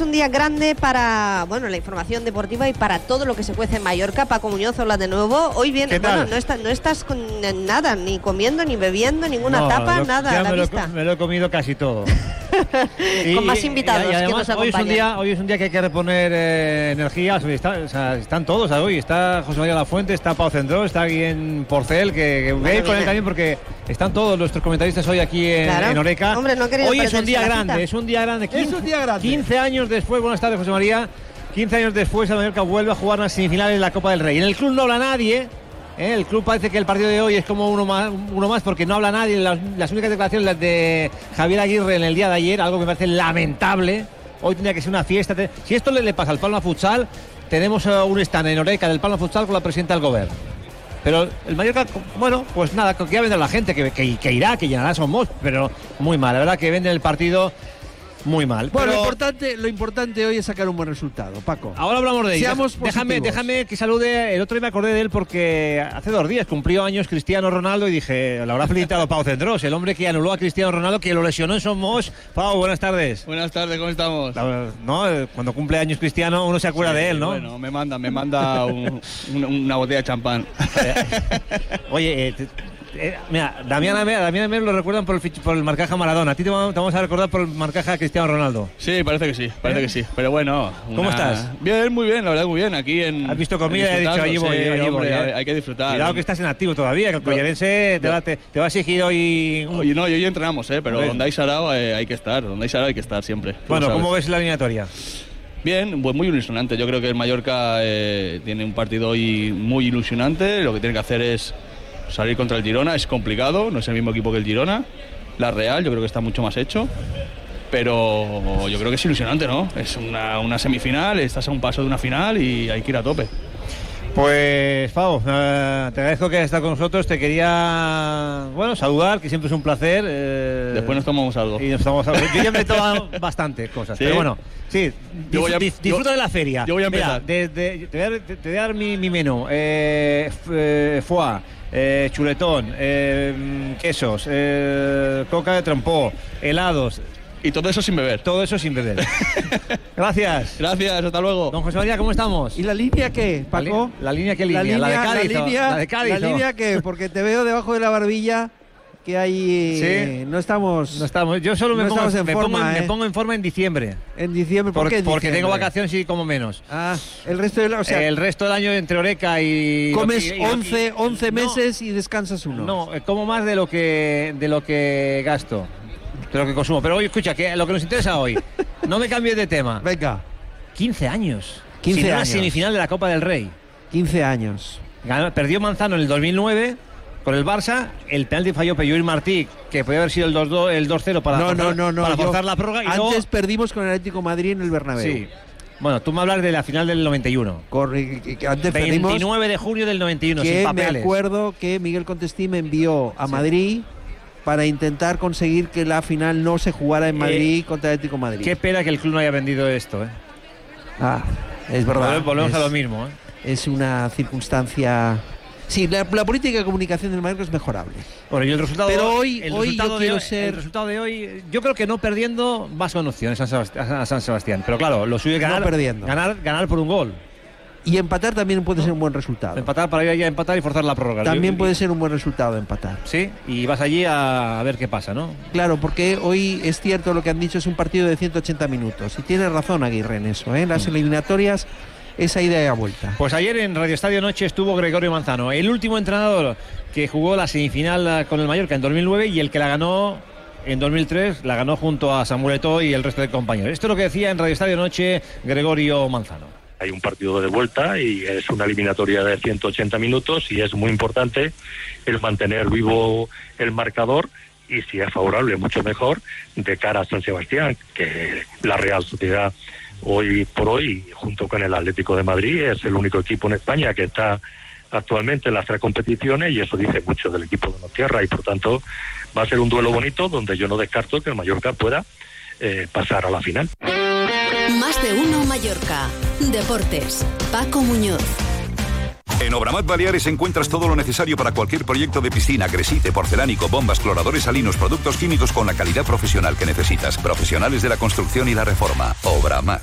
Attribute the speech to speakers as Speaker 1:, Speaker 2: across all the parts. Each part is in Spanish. Speaker 1: Un día grande para bueno la información deportiva y para todo lo que se cuece en Mallorca. Paco Muñoz, hola de nuevo. Hoy viene,
Speaker 2: ¿Qué tal?
Speaker 1: bueno, no, está- no estás con en nada, ni comiendo, ni bebiendo, ninguna
Speaker 2: No,
Speaker 1: tapa,
Speaker 2: lo-
Speaker 1: nada,
Speaker 2: ya
Speaker 1: a la
Speaker 2: me lo, he co-
Speaker 1: vista.
Speaker 2: me lo he comido casi todo.
Speaker 1: Con más invitados
Speaker 2: y
Speaker 1: que nos
Speaker 2: además, hoy es, un
Speaker 1: acompañan.
Speaker 2: día, hoy es un día que hay que reponer eh, energías. Hoy está- o sea, están todos hoy. Está José María Lafuente, está Pau Centró, está aquí en Porcel, que, que voy a ir con
Speaker 1: mía.
Speaker 2: él también porque están todos nuestros comentaristas hoy aquí en,
Speaker 1: Claro.
Speaker 2: en Oreca.
Speaker 1: Hombre, no he querido
Speaker 2: hoy es un
Speaker 1: perderse
Speaker 2: día
Speaker 1: la
Speaker 2: grande,
Speaker 1: cita.
Speaker 2: es un día grande. 15,
Speaker 3: Es un día grande.
Speaker 2: 15 años después, buenas tardes José María. 15 años después, el Mallorca vuelve a jugar unas semifinales de la Copa del Rey. En el club no habla nadie. ¿eh? El club parece que el partido de hoy es como uno más, uno más porque no habla nadie. Las, las únicas declaraciones las de Javier Aguirre en el día de ayer, algo que me parece lamentable. Hoy tendría que ser una fiesta. Te- Si esto le, le pasa al Palma Futsal, tenemos eh, un stand en Oreca del Palma Futsal con la presidenta del gobierno. Pero el Mallorca, bueno, pues nada, que ya vendrá la gente, que, que- que irá, que llenará Somos, pero muy mal. La verdad que venden el partido muy mal.
Speaker 3: Bueno, lo
Speaker 2: Pero- Ah,
Speaker 3: importante, lo importante hoy es sacar un buen resultado, Paco.
Speaker 2: Ahora hablamos de ello.
Speaker 3: Seamos
Speaker 2: déjame,
Speaker 3: positivos.
Speaker 2: déjame que salude. El otro día me acordé de él porque hace dos días cumplió años Cristiano Ronaldo y dije, lo habrá felicitado Pau Cendrós, el hombre que anuló a Cristiano Ronaldo, que lo lesionó en Somos. Pau, buenas tardes.
Speaker 4: Buenas tardes, ¿cómo estamos?
Speaker 2: La- no, eh, cuando cumple años Cristiano uno se acuerda de él, ¿no?
Speaker 4: Bueno, me manda, me manda un- un- una botella de champán.
Speaker 2: Oye, eh, te- eh, mira, Damián Amer, a Damián Amer lo recuerdan por el, fich- por el marcaje a Maradona. A ti te vamos, te vamos a recordar por el marcaje a Cristiano Ronaldo.
Speaker 4: Sí, parece que sí, parece que sí. Pero bueno.
Speaker 2: ¿Cómo estás?
Speaker 4: Bien, muy bien, la verdad, muy bien. Aquí en.
Speaker 2: Has visto comida y has dicho, allí
Speaker 4: disfrutando,
Speaker 2: voy,
Speaker 4: sí,
Speaker 2: allí
Speaker 4: hombre,
Speaker 2: voy,
Speaker 4: hay-
Speaker 2: eh.
Speaker 4: Hay que disfrutar.
Speaker 2: Cuidado que estás en activo todavía, que el collerense te,
Speaker 4: yo-
Speaker 2: va- te- te va a exigir hoy un-
Speaker 4: Oye, no, y hoy entrenamos, ¿eh? Pero
Speaker 2: Hombre.
Speaker 4: donde hay sarao eh, hay que estar, donde hay sarao hay que estar siempre. Tú
Speaker 2: Bueno,
Speaker 4: lo sabes.
Speaker 2: ¿cómo ves la eliminatoria?
Speaker 4: Bien, pues muy ilusionante. Yo creo que el Mallorca eh, tiene un partido hoy muy ilusionante. Lo que tiene que hacer es salir contra el Girona. Es complicado, no es el mismo equipo que el Girona. La Real, yo creo que está mucho más hecho. Pero yo creo que es ilusionante, ¿no? Es una, una semifinal, estás a un paso de una final y hay que ir a tope.
Speaker 2: Pues, Pau, eh, te agradezco que hayas estado con nosotros. Te quería, bueno, saludar, que siempre es un placer. eh,
Speaker 4: Después nos tomamos algo.
Speaker 2: y nos estamos hablando. Yo ya me he tomado bastantes cosas,
Speaker 4: ¿Sí?
Speaker 2: pero bueno, sí,
Speaker 4: Yo voy
Speaker 2: disfr-
Speaker 4: a-
Speaker 2: dis-
Speaker 4: yo-
Speaker 2: disfruta de la feria.
Speaker 4: yo voy a
Speaker 2: Mira,
Speaker 4: empezar.
Speaker 2: desde- te, voy a, dar- te- te voy a dar mi, mi menú. Eh, f- eh, foie, eh, chuletón, eh, quesos, eh, coca de trompó, helados,
Speaker 4: Y todo eso sin beber.
Speaker 2: todo eso sin beber. Gracias.
Speaker 4: Gracias, hasta luego.
Speaker 2: Don José María, ¿cómo estamos?
Speaker 3: ¿Y la línea qué,
Speaker 2: La li-
Speaker 3: Paco?
Speaker 2: la línea qué línea, la de Cádiz,
Speaker 3: la
Speaker 2: ¿no?
Speaker 3: línea,
Speaker 2: La de Cádiz,
Speaker 3: la
Speaker 2: ¿no?
Speaker 3: línea qué, porque te veo debajo de la barbilla que hay eh,
Speaker 2: Sí.
Speaker 3: no estamos
Speaker 2: No estamos, yo solo me,
Speaker 3: No
Speaker 2: pongo,
Speaker 3: estamos en
Speaker 2: me
Speaker 3: forma,
Speaker 2: pongo en- me
Speaker 3: ¿eh?
Speaker 2: pongo en forma en diciembre.
Speaker 3: en diciembre, ¿por
Speaker 2: Por-
Speaker 3: qué en
Speaker 2: porque tengo
Speaker 3: diciembre?
Speaker 2: vacaciones y como menos.
Speaker 3: Ah, el resto del o sea,
Speaker 2: el resto del año entre Oreca y.
Speaker 3: comes
Speaker 2: y- y- y-
Speaker 3: 11, 11
Speaker 2: No,
Speaker 3: meses y descansas uno.
Speaker 2: No, eh, como más de lo que de lo que gasto, de lo que consumo. Pero hoy, escucha, que lo que nos interesa hoy, no me cambies de tema.
Speaker 3: Venga,
Speaker 2: 15 años.
Speaker 3: 15
Speaker 2: sin una
Speaker 3: años.
Speaker 2: semifinal de la Copa del Rey.
Speaker 3: 15 años.
Speaker 2: Ganó- perdió Manzano en el 2009 con el Barça, el penalti falló Peyuir Martí, que podía haber sido el 2-2 el 2-0 para,
Speaker 3: no,
Speaker 2: forzar-
Speaker 3: no, no, no,
Speaker 2: para
Speaker 3: yo-
Speaker 2: forzar la prórroga y
Speaker 3: Antes
Speaker 2: luego-
Speaker 3: perdimos con el Atlético de Madrid en el Bernabéu.
Speaker 2: Sí. Bueno, tú me hablas de la final del 91.
Speaker 3: Corre- que- que antes perdimos
Speaker 2: 29 de junio del 91, sin
Speaker 3: que me
Speaker 2: papeles.
Speaker 3: acuerdo que Miguel Contestí me envió a Madrid para intentar conseguir que la final no se jugara en
Speaker 2: Eh,
Speaker 3: Madrid contra Atlético de Madrid.
Speaker 2: Qué pena que el club no haya vendido esto, ¿eh?
Speaker 3: Ah, es verdad.
Speaker 2: Volve- Volvemos
Speaker 3: es,
Speaker 2: a lo mismo, ¿eh?
Speaker 3: Es una circunstancia. Sí, la, la política de comunicación del Mallorca es mejorable.
Speaker 2: Bueno, y el resultado,
Speaker 3: Pero hoy-
Speaker 2: el
Speaker 3: hoy yo
Speaker 2: resultado de
Speaker 3: quiero
Speaker 2: hoy,
Speaker 3: ser-
Speaker 2: el resultado de hoy, yo creo que no perdiendo vas con opciones a San Sebast- a San Sebastián. Pero claro, lo suyo es
Speaker 3: No
Speaker 2: ganar,
Speaker 3: perdiendo.
Speaker 2: ganar, ganar por un gol.
Speaker 3: Y empatar también puede ser un buen resultado.
Speaker 2: Empatar para ir allí a empatar y forzar la prórroga.
Speaker 3: También
Speaker 2: Yo-
Speaker 3: puede ser un buen resultado empatar.
Speaker 2: Sí, y vas allí a, a ver qué pasa, ¿no?
Speaker 3: Claro, porque hoy es cierto lo que han dicho, es un partido de 180 minutos. Y tiene razón Aguirre en eso. ¿eh?
Speaker 2: Mm.
Speaker 3: Las eliminatorias, esa idea y la vuelta.
Speaker 2: Pues ayer en Radio Estadio Noche estuvo Gregorio Manzano, el último entrenador que jugó la semifinal eh, con el Mallorca en 2009 y el que la ganó en 2003, la ganó junto a Samuel Eto'o y el resto de compañeros. Esto es lo que decía en Radio Estadio Noche Gregorio Manzano.
Speaker 5: Hay un partido de vuelta y es una eliminatoria de 180 minutos y es muy importante el mantener vivo el marcador y si es favorable mucho mejor de cara a San Sebastián, que la Real Sociedad hoy por hoy junto con el Atlético de Madrid es el único equipo en España que está actualmente en las tres competiciones y eso dice mucho del equipo de la tierra y por tanto va a ser un duelo bonito donde yo no descarto que el Mallorca pueda eh, pasar a la final.
Speaker 6: Más de uno Mallorca. Deportes. Paco Muñoz. En Obramat Baleares encuentras todo lo necesario para cualquier proyecto de piscina, gresite, porcelánico, bombas, cloradores salinos, productos químicos con la calidad profesional que necesitas. Profesionales de la construcción y la reforma. Obramat.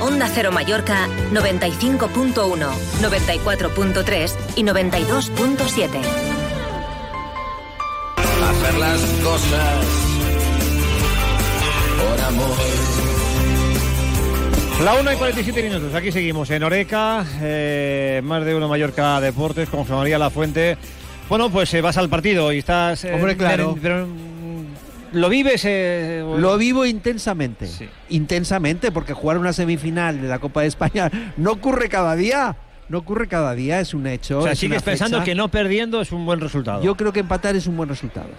Speaker 7: Onda Cero Mallorca 95.1, 94.3 y 92.7.
Speaker 8: Hacer las cosas por amor.
Speaker 2: La 1 y 47 minutos, aquí seguimos en Oreca, eh, más de uno Mallorca Deportes con José María Lafuente. Bueno, pues eh, vas al partido y estás... eh,
Speaker 3: Hombre, claro.
Speaker 2: pero- pero, mm, ¿Lo vives? eh, o-
Speaker 3: Lo vivo intensamente.
Speaker 2: Sí.
Speaker 3: Intensamente, porque jugar una semifinal de la Copa de España no ocurre cada día. No ocurre cada día, es un hecho.
Speaker 2: O sea,
Speaker 3: es una
Speaker 2: sigues pensando
Speaker 3: fecha.
Speaker 2: que no perdiendo es un buen resultado.
Speaker 3: Yo creo que empatar es un buen resultado.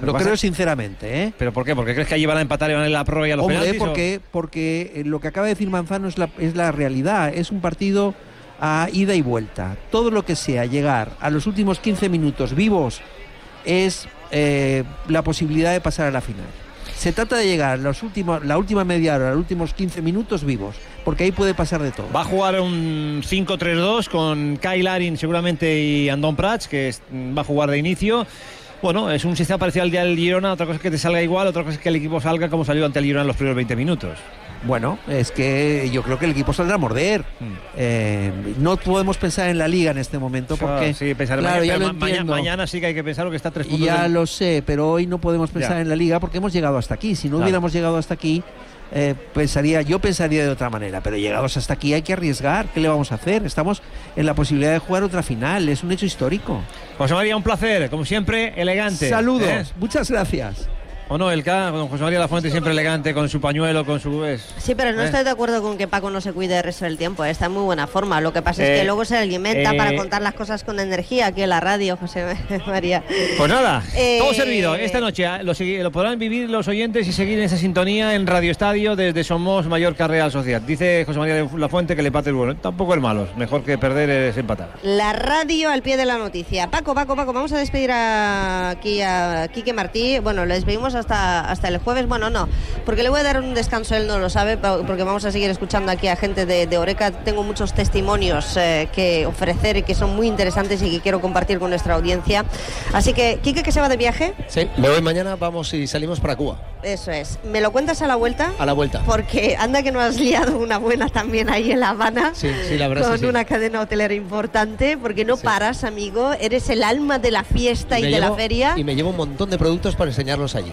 Speaker 2: Pero
Speaker 3: Lo
Speaker 2: pasa-
Speaker 3: creo sinceramente, ¿eh?
Speaker 2: ¿Pero por qué? ¿Porque crees que allí van a empatar y van a ir a la prórroga y a los
Speaker 3: Hombre,
Speaker 2: penaltis, o-
Speaker 3: porque, porque eh, lo que acaba de decir Manzano es la, es la realidad. Es un partido a ida y vuelta. Todo lo que sea llegar a los últimos 15 minutos vivos es eh, la posibilidad de pasar a la final. Se trata de llegar los últimos, la última media hora, los últimos 15 minutos vivos, porque ahí puede pasar de todo.
Speaker 2: Va a jugar un 5-3-2 con Kyle Larin seguramente y Andón Prats, que es- va a jugar de inicio. Bueno, es un sistema parecido al del Girona, otra cosa es que te salga igual, otra cosa es que el equipo salga como salió ante el Girona en los primeros 20 minutos.
Speaker 3: Bueno, es que yo creo que el equipo saldrá a morder.
Speaker 2: Hmm.
Speaker 3: Eh, no podemos pensar en la liga en este momento,
Speaker 2: O sea,
Speaker 3: porque
Speaker 2: sí, pensar
Speaker 3: claro,
Speaker 2: mañana,
Speaker 3: ya
Speaker 2: pero
Speaker 3: lo
Speaker 2: ma- mañana-
Speaker 3: entiendo.
Speaker 2: mañana sí que hay que pensar lo que está a tres puntos.
Speaker 3: Ya
Speaker 2: del-
Speaker 3: lo sé, pero hoy no podemos pensar
Speaker 2: Ya.
Speaker 3: en la liga porque hemos llegado hasta aquí. Si no
Speaker 2: Claro.
Speaker 3: hubiéramos llegado hasta aquí, eh, pensaría, yo pensaría de otra manera, pero llegados hasta aquí hay que arriesgar. ¿Qué le vamos a hacer? Estamos en la posibilidad de jugar otra final, es un hecho histórico.
Speaker 2: José María, un placer, como siempre, elegante.
Speaker 3: Saludos,
Speaker 2: ¿eh?
Speaker 3: muchas gracias.
Speaker 2: O no, el K, don José María Lafuente siempre elegante, con su pañuelo, con su... es-
Speaker 1: Sí, pero no
Speaker 2: ¿eh?
Speaker 1: estoy de acuerdo con que Paco no se cuide el resto del tiempo. ¿eh? Está en muy buena forma. Lo que pasa es
Speaker 2: Eh,
Speaker 1: que luego se alimenta para
Speaker 2: eh,
Speaker 1: contar las cosas con energía aquí en la radio, José María.
Speaker 2: Pues nada,
Speaker 1: Eh,
Speaker 2: todo servido. Esta noche ah, lo, segui- lo podrán vivir los oyentes y seguir en esa sintonía en Radio Estadio desde Somos Mallorca Real Sociedad. Dice José María de la Fuente que el empate es bueno. Tampoco es malo. Mejor que perder es empatar.
Speaker 1: La radio al pie de la noticia. Paco, Paco, Paco, vamos a despedir a- aquí a Quique Martí. Bueno, lo despedimos hasta, hasta el jueves. Bueno, no, porque le voy a dar un descanso, él no lo sabe, pa- porque vamos a seguir escuchando aquí a gente de, de Oreca. Tengo muchos testimonios eh, que ofrecer y que son muy interesantes y que quiero compartir con nuestra audiencia. Así que, Quique, que se va de viaje,
Speaker 8: Sí, me voy mañana, vamos y salimos para Cuba,
Speaker 1: eso es. ¿Me lo cuentas a la vuelta?
Speaker 8: a la vuelta.
Speaker 1: Porque anda que no has liado una buena también ahí en La Habana.
Speaker 8: Sí, sí, la verdad es
Speaker 1: Con
Speaker 8: que sí.
Speaker 1: una cadena hotelera importante, porque no
Speaker 8: Sí.
Speaker 1: paras, amigo. Eres el alma de la fiesta y,
Speaker 8: me
Speaker 1: de la
Speaker 8: llevo-
Speaker 1: feria.
Speaker 8: Y me llevo un montón de productos para enseñarlos allí.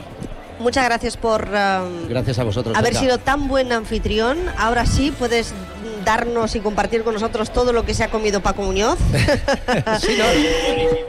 Speaker 1: Muchas gracias por um,
Speaker 8: Gracias a vosotros.
Speaker 1: haber
Speaker 8: Olga.
Speaker 1: sido tan buen anfitrión. Ahora sí puedes darnos y compartir con nosotros todo lo que se ha comido Paco Muñoz.
Speaker 8: Sí, ¿no?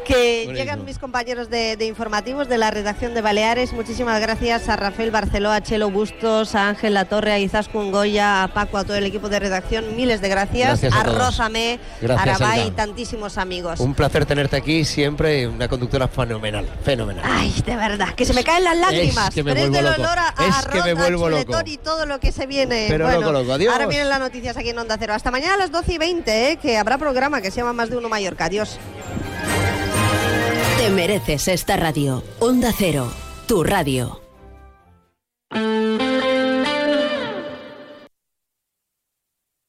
Speaker 1: que
Speaker 8: Buenísimo.
Speaker 1: llegan mis compañeros de, de informativos de la redacción de Baleares. Muchísimas gracias a Rafael Barceló, a Chelo Bustos, a Ángel La Torre, a Izaskun Goya, a Paco, a todo el equipo de redacción. Miles de gracias.
Speaker 8: Gracias a todos.
Speaker 1: Rózame,
Speaker 8: Gracias,
Speaker 1: Arabay y
Speaker 8: Olga.
Speaker 1: tantísimos amigos.
Speaker 8: Un placer tenerte aquí siempre, una conductora fenomenal, fenomenal.
Speaker 1: Ay, de verdad, que se me caen las lágrimas.
Speaker 8: que me
Speaker 1: pero es
Speaker 8: vuelvo
Speaker 1: del
Speaker 8: loco.
Speaker 1: olor a, a
Speaker 8: Es que
Speaker 1: arroz,
Speaker 8: me
Speaker 1: a
Speaker 8: vuelvo
Speaker 1: chuletón
Speaker 8: loco.
Speaker 1: y todo lo que se viene.
Speaker 8: Pero
Speaker 1: Bueno,
Speaker 8: loco, loco, adiós.
Speaker 1: Ahora vienen las noticias aquí en Onda Cero. Hasta mañana a las 12 y 20, eh, que habrá programa que se llama Más de Uno Mallorca. Adiós.
Speaker 7: Te mereces esta radio. Onda Cero, tu radio.